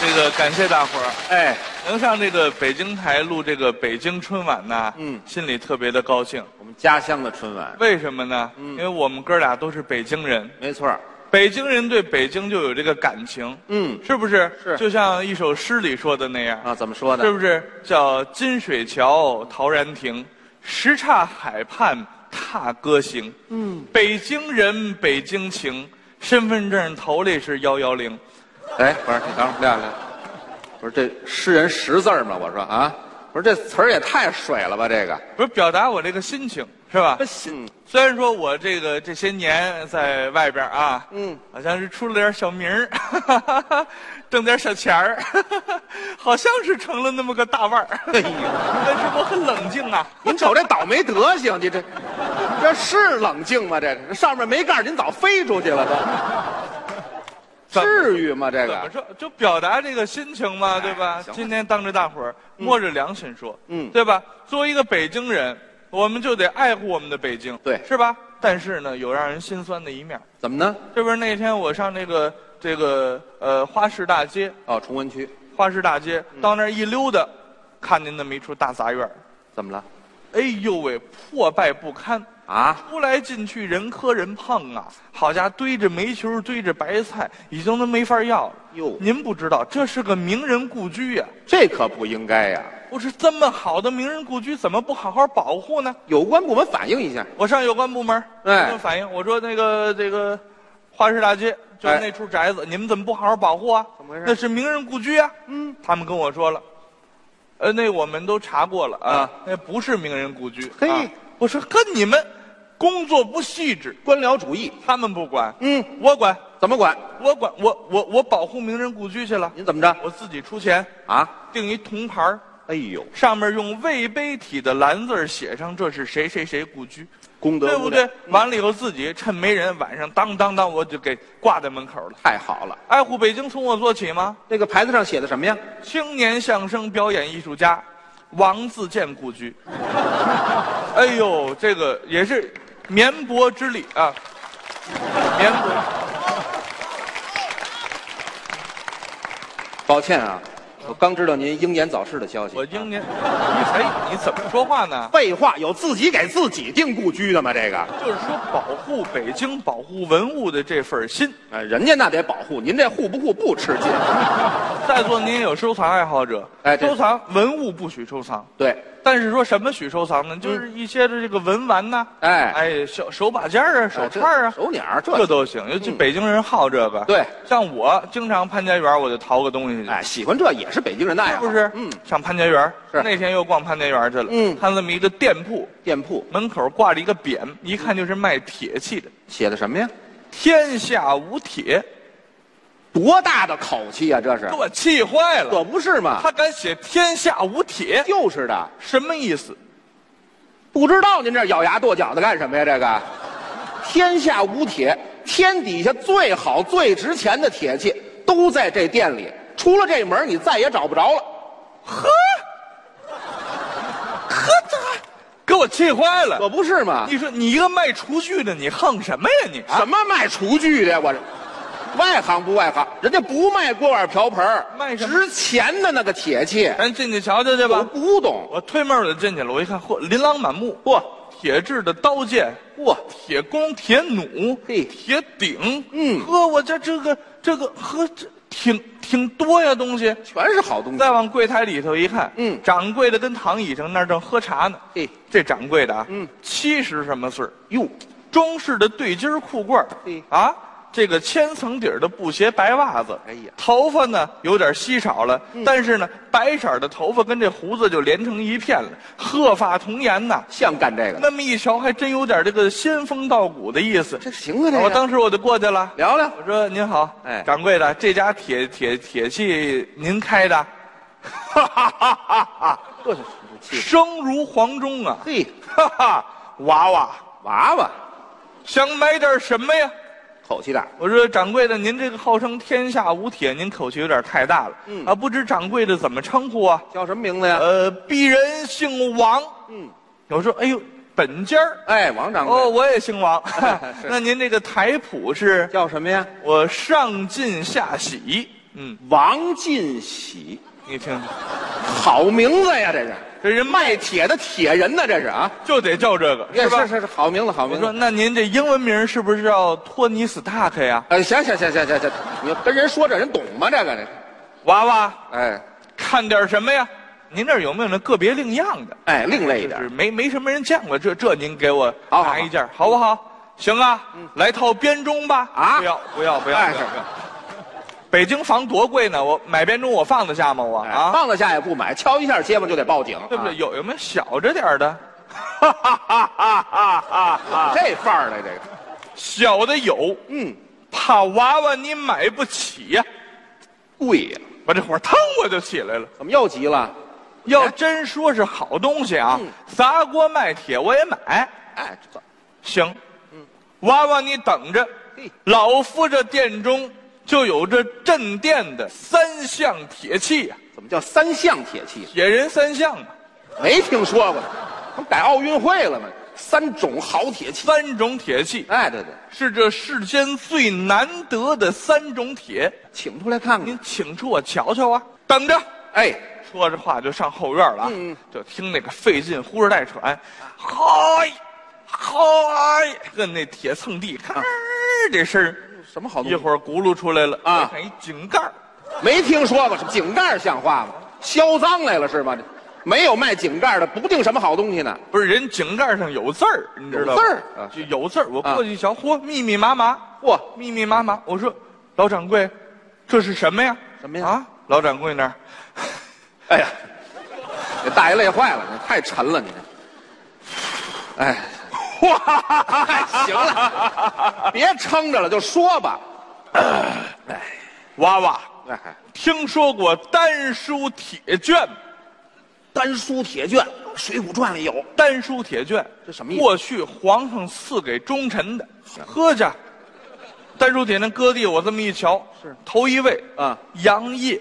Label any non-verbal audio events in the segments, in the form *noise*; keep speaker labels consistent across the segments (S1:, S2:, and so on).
S1: 这个感谢大伙儿，
S2: 哎，
S1: 能上这个北京台录这个北京春晚呐，
S2: 嗯
S1: 心里特别的高兴。
S2: 我们家乡的春晚，
S1: 为什么呢？
S2: 嗯
S1: 因为我们哥俩都是北京人，
S2: 没错儿
S1: 北京人对北京就有这个感情，
S2: 嗯
S1: 是不是？
S2: 是
S1: 就像一首诗里说的那样，
S2: 啊，怎么说呢？
S1: 是不是叫“金水桥陶然亭，什刹海畔踏歌行”？嗯，北京人，北京情，身份证头里是幺幺零。
S2: 哎，不是，你等会儿亮亮，不是这诗人识字儿吗？我说啊，我说这词儿也太水了吧，这个
S1: 不是表达我这个心情是吧？
S2: 心
S1: 虽然说我这个这些年在外边啊，嗯，好像是出了点小名儿， *laughs* 挣点小钱儿， *laughs* 好像是成了那么个大腕儿，*laughs*
S2: 哎
S1: 但是我很冷静啊。
S2: 您瞅这倒霉德行，你这这是冷静吗？这个上面没盖儿，您早飞出去了都，
S1: 怎么
S2: 至于吗？这
S1: 怎么
S2: 个
S1: 说？就表达这个心情嘛，对吧
S2: 啊哎行？了
S1: 今天当着大伙儿摸着良心说，
S2: 嗯
S1: 对吧？作为一个北京人，我们就得爱护我们的北京，
S2: 对
S1: 是吧？但是呢，有让人心酸的一面儿。
S2: 怎么呢？
S1: 这不是那天我上那个这个呃花市大街，
S2: 哦，崇文区
S1: 花市大街到那儿一溜达，看见那么一处大杂院儿，
S2: 怎么了？
S1: 哎呦喂，破败不堪。
S2: 啊，
S1: 出来进去人磕人碰啊，好家伙，堆着煤球，堆着白菜，已经都没法要了。
S2: 哟
S1: 您不知道这是个名人故居呀、
S2: 这可不应该呀！
S1: 我是这么好的名人故居，怎么不好好保护呢？
S2: 有关部门反映一下，
S1: 我上有关部门，
S2: 哎
S1: 跟他们反映，我说那个这个花市大街就是
S2: 哎
S1: 那处宅子，你们怎么不好好保护啊？
S2: 怎么回事
S1: 那是名人故居啊。嗯，他们跟我说了，呃，那我们都查过了啊
S2: 啊，
S1: 那不是名人故居。
S2: 嘿
S1: 啊我说跟你们工作不细致，
S2: 官僚主义，
S1: 他们不管，
S2: 嗯，
S1: 我管，
S2: 怎么管？
S1: 我管，我我我保护名人故居去了，
S2: 您怎么着
S1: 我自己出钱
S2: 啊？
S1: 订一铜牌儿
S2: 哎呦，
S1: 上面用魏碑体的蓝字儿写上这是谁谁谁故居，
S2: 功德
S1: 对
S2: 无
S1: 不
S2: 量
S1: 对？完了以后自己趁没人，晚上当当当我就给挂在门口了。
S2: 太好了。
S1: 爱护北京从我做起吗？
S2: 那个牌子上写的什么呀？
S1: 青年相声表演艺术家王自健故居。 *laughs* 哎呦，这个也是绵薄之力啊，绵薄。
S2: 抱歉啊，我刚知道您英年早逝的消息。
S1: 我英年，你才你怎么说话呢？
S2: 废话，有自己给自己定故居的吗？这个，
S1: 就是说保护北京、保护文物的这份心。
S2: 哎，人家那得保护，您这护不护不吃劲。
S1: 在座您也有收藏爱好者，
S2: 哎对
S1: 收藏文物不许收藏，
S2: 对，
S1: 但是说什么许收藏呢？就是一些的这个文玩呐、
S2: 嗯哎
S1: 哎，手手把件儿啊，手串儿啊
S2: 这，手鸟儿
S1: 这
S2: 这，
S1: 都行。尤其北京人好这个，
S2: 对
S1: 像我经常潘家园，我就淘个东西去。
S2: 哎，喜欢这也是北京人的爱
S1: 是
S2: 好，
S1: 不是？
S2: 嗯，
S1: 上潘家园
S2: 是
S1: 那天又逛潘家园去了。
S2: 嗯
S1: 看那么一个店铺，
S2: 店铺
S1: 门口挂着一个匾，一看就是卖铁器的
S2: 写的什么呀？
S1: “天下无铁
S2: 多大的口气呀、这”，是
S1: 给，我气坏了。
S2: 可不是嘛？
S1: 他敢写“天下无铁
S2: 就是的，”，
S1: 什么意思？
S2: 不知道您这咬牙跺脚的干什么呀？这个，天下无铁，天底下最好最值钱的铁器都在这店里，出了这门儿你再也找不着了。
S1: 给我气坏了！
S2: 可不是嘛？
S1: 你说你一个卖厨具的，你横什么呀你啊？
S2: 什么卖厨具的？我这外行不外行，人家不卖锅碗瓢盆儿
S1: 卖什么
S2: 值钱的那个铁器，
S1: 咱进去瞧瞧去
S2: 我
S1: 吧。
S2: 不懂。
S1: 我推门我就进去了，我一看，嚯，琳琅满目，
S2: 嚯
S1: 铁制的刀剑，
S2: 嚯，
S1: 铁弓、铁弩、
S2: 嘿
S1: 铁鼎，
S2: 嗯
S1: 呵，我这这个这个呵，这挺挺多呀东西。
S2: 全是好东西。
S1: 再往柜台里头一看，
S2: 嗯
S1: 掌柜的跟躺椅上那儿正喝茶呢。
S2: 嘿，
S1: 这掌柜的啊，
S2: 嗯，
S1: 七十什么岁儿
S2: 哟，
S1: 中式的对襟儿裤褂儿
S2: 对
S1: 啊，这个千层底儿的布鞋、白袜子，
S2: 哎呀嗯
S1: 头发呢有点稀少了，但是呢，白色儿的头发跟这胡子就连成一片了，鹤发童颜呐。
S2: 像干这个的，
S1: 那么一瞧，还真有点这个仙风道骨的意思。
S2: 这行啊，这个。
S1: 我当时我就过去了，
S2: 聊聊
S1: 我说：“您好，
S2: 哎
S1: 掌柜的，这家铁铁铁器您开的，哈哈哈哈哈，
S2: 这是气势。
S1: 声如黄钟啊，
S2: 嘿，
S1: 哈哈，娃娃
S2: 娃娃，
S1: 想买点什么呀？”
S2: 口气大。
S1: 我说掌柜的，您这个号称天下无铁，您口气有点太大了。
S2: 嗯
S1: 啊，不知掌柜的怎么称呼啊？
S2: 叫什么名字呀？
S1: 呃，鄙人姓王。
S2: 嗯，
S1: 我说，哎呦，本家儿。
S2: 哎，王掌柜。。
S1: 哦，我也姓王 *laughs*
S2: 是
S1: 那您这个台谱是
S2: 叫什么呀？
S1: 我上进下喜，嗯，
S2: 王进喜，
S1: 你听听，
S2: 好名字呀，这是
S1: 这人卖
S2: 卖铁的铁人呢，这是啊，
S1: 就得叫这个，
S2: 是
S1: 吧？
S2: 是是是，好名字，好
S1: 我
S2: 名
S1: 说，
S2: 字。
S1: 那您这英文名是不是叫托尼·斯塔克呀？
S2: 哎，行行行行行行，你跟人说这人懂吗？这个这，
S1: 娃娃，
S2: 哎
S1: 看点什么呀？您这儿有没有那个别另样的？
S2: 哎，另类一
S1: 就是
S2: 点，
S1: 没没什么人见过，这这您给我
S2: 好好嗯
S1: 拿一件儿，好不好？行啊，来套编钟吧。
S2: 啊
S1: 不要不要不要！
S2: 哎
S1: 不
S2: 是
S1: 要不
S2: *laughs*
S1: 要北京房多贵呢，我买编钟我放得下吗？我
S2: 哎
S1: 啊，
S2: 放得下也不买，敲一下街坊就得报警，
S1: 对不对？
S2: 啊？
S1: 有有没有小着点儿的？
S2: 哈哈哈哈哈哈
S1: 啊
S2: 哈！啊这范儿呢，这个，
S1: 小的有，
S2: 嗯，
S1: 怕娃娃你买不起呀、
S2: 贵呀，
S1: 把这火腾我就起来了。
S2: 怎么又急了？
S1: 要真说是好东西
S2: 嗯
S1: 啊，砸锅卖铁我也买。
S2: 哎，这
S1: 行，娃娃你等着
S2: 嘿，
S1: 老夫这殿中就有这镇殿的三项铁器啊，
S2: 怎么叫三项铁器？
S1: 铁人三项嘛，
S2: 没听说过，怎么改奥运会了吗？三种好铁器。
S1: 三种铁器
S2: 哎，对对，
S1: 是这世间最难得的三种铁，
S2: 请出来看
S1: 您
S2: 看。
S1: 请出我瞧瞧啊，等着。
S2: 哎，
S1: 说着话就上后院了啊，
S2: 嗯嗯
S1: 就听那个费劲呼哧带喘，嗨，嗨，跟那铁蹭地，咔、这声儿
S2: 什啊么好东
S1: 一
S2: 西？
S1: 会儿轱辘出来了
S2: 啊
S1: 再看一井盖儿
S2: 没听说过，什么井盖像话吗？销赃来了是吗？这没有卖井盖的，不定什么好东西呢。
S1: 不是人井盖上有字儿，你知道吗？
S2: 有字儿啊
S1: 就有字儿。我
S2: 啊
S1: 过去一瞧，嚯，密密麻麻，
S2: 嚯
S1: 密密麻麻。我说，老掌柜，这是什么呀？
S2: 什么呀
S1: 啊，老掌柜那儿，
S2: 哎呀，这大爷累坏了，你太沉了，你这。 *laughs* 哎，哇，哎行了， *laughs* 别撑着了，就说吧。
S1: 娃娃，
S2: 哎，
S1: 听说过丹书铁卷吗？
S2: 丹书铁卷，《水浒传》里有。
S1: 丹书铁卷，
S2: 这什么意思
S1: 过去皇上赐给忠臣的，喝去。丹书铁那割地，我这么一瞧，
S2: 是
S1: 头一位
S2: 啊，
S1: 杨业，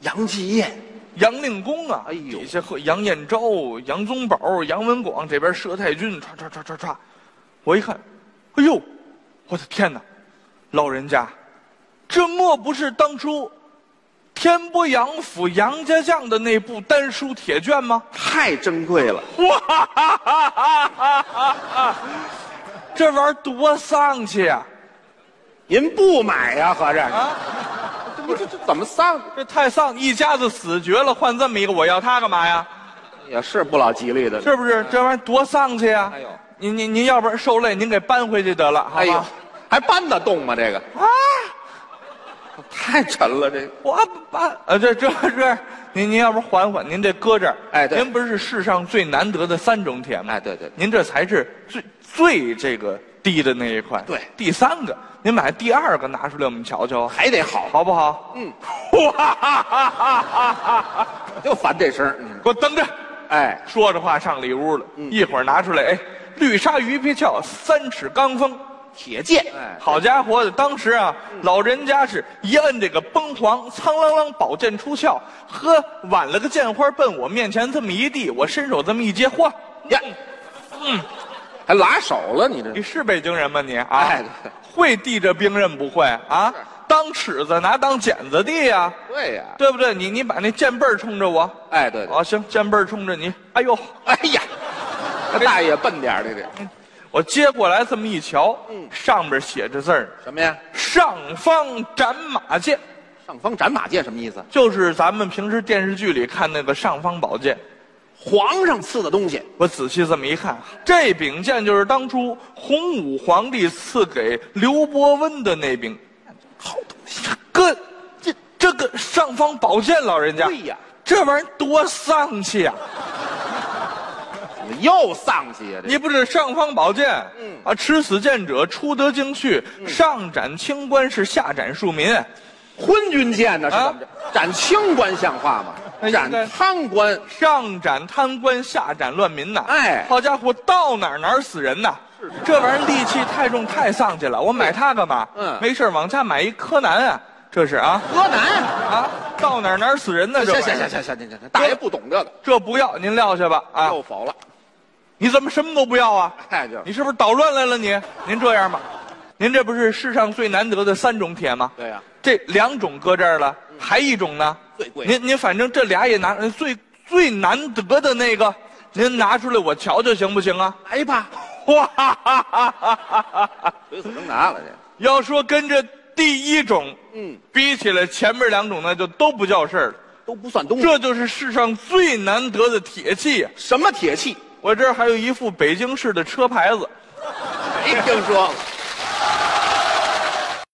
S2: 杨继业，
S1: 杨令公啊，
S2: 哎呦
S1: 底下和杨彦昭、杨宗保、杨文广这边佘太君，唰唰唰唰唰，我一看，哎呦，我的天哪，老人家，这莫不是当初天波杨府杨家将的那部丹书铁卷吗？
S2: 太珍贵了。
S1: 哇哈哈哈哈哈哈！这玩意儿多丧气啊！
S2: 您不买呀、合着
S1: 啊
S2: 啊？这不这这怎么丧？
S1: 这太丧，一家子死绝了，换这么一个，我要它干嘛呀？
S2: 也是不老吉利的。
S1: 是不是？这玩意儿多丧气啊！
S2: 哎呦
S1: 您您您要不然受累，您给搬回去得了，好
S2: 哎呦
S1: 吧？，
S2: 还搬得动吗？这个
S1: 啊，
S2: 太沉了，这个
S1: 我搬呃，这这这，您您要不然缓缓，您这搁这儿。
S2: 哎对
S1: 您不是世上最难得的三种铁吗？
S2: 哎对对对
S1: 您这才是最最这个低的那一块。
S2: 对
S1: 第三个，您把第二个拿出来，我们瞧瞧，
S2: 还得好，
S1: 好不好？
S2: 嗯，
S1: 哇哈哈哈哈哈哈！
S2: 就烦这声儿。嗯
S1: 给我等着。
S2: 哎，
S1: 说着话上里屋了，
S2: 嗯
S1: 一会儿拿出来，哎，绿鲨鱼皮鞘，三尺钢锋。
S2: 铁剑，哎，嗯
S1: 好家伙的，当时啊，老人家是一摁这个崩簧，苍啷啷宝剑出鞘，呵，挽了个剑花奔我面前这么一地，我伸手这么一接，嚯，
S2: 呀，
S1: 嗯
S2: 还拉手了，你这
S1: 你是北京人吗你啊？
S2: 哎对
S1: 会递这兵刃不会啊？当尺子拿当剪子递呀、
S2: 对呀？
S1: 对不对？你你把那剑背儿冲着我，
S2: 哎，对对，
S1: 啊行，剑背儿冲着你，哎呦，
S2: 哎呀，那大爷笨点儿，这这
S1: 我接过来这么一瞧，
S2: 嗯
S1: 上边写着字儿呢，
S2: 什么呀？
S1: 上方斩马剑。
S2: 上方斩马剑什么意思？
S1: 就是咱们平时电视剧里看那个尚方宝剑，
S2: 皇上赐的东西，
S1: 我仔细这么一看，这柄剑就是当初洪武皇帝赐给刘伯温的那柄。
S2: 好东西。
S1: 哥，这这个尚方宝剑，老人家，
S2: 对呀
S1: 这玩意儿多丧气啊！
S2: 嗯怎么又丧气呀？这
S1: 你不是尚方宝剑，
S2: 嗯
S1: 啊，持此剑者，出得京去，上斩清官是下斩庶民。
S2: 昏君剑呢？是
S1: 啊
S2: 怎么着？斩清官像话吗
S1: 那？应该
S2: 斩贪官
S1: 上斩贪官，下斩乱民呐！
S2: 哎
S1: 好家伙，到哪儿哪儿死人呐！这玩意儿戾气太重，太丧气了。我买它干嘛？
S2: 嗯
S1: 没事儿往家买一柯南啊，这是啊
S2: 河南。
S1: 啊，到哪儿哪儿死人呢？这啊
S2: 行
S1: 玩意儿
S2: 行行行行行行，大爷不懂这个，
S1: 这不要您撂下吧啊！
S2: 又否了，
S1: 你怎么什么都不要啊？
S2: 哎，就
S1: 你是不是捣乱来了你？您这样吧，您这不是世上最难得的三种铁吗？
S2: 对呀
S1: 这两种搁这儿了，
S2: 嗯
S1: 还一种呢？
S2: 最贵
S1: 您您反正这俩也拿，呃最最难得的那个，您拿出来我瞧瞧行不行啊？
S2: 来哎吧，
S1: 哇！
S2: 垂死挣扎了这。
S1: 要说跟这第一种，
S2: 嗯，
S1: 比起来前面两种那就都不叫事儿了。
S2: 都不算东西。
S1: 这就是世上最难得的铁器。啊
S2: 什么铁器？
S1: 我这儿还有一副北京市的车牌子，
S2: 没听说过。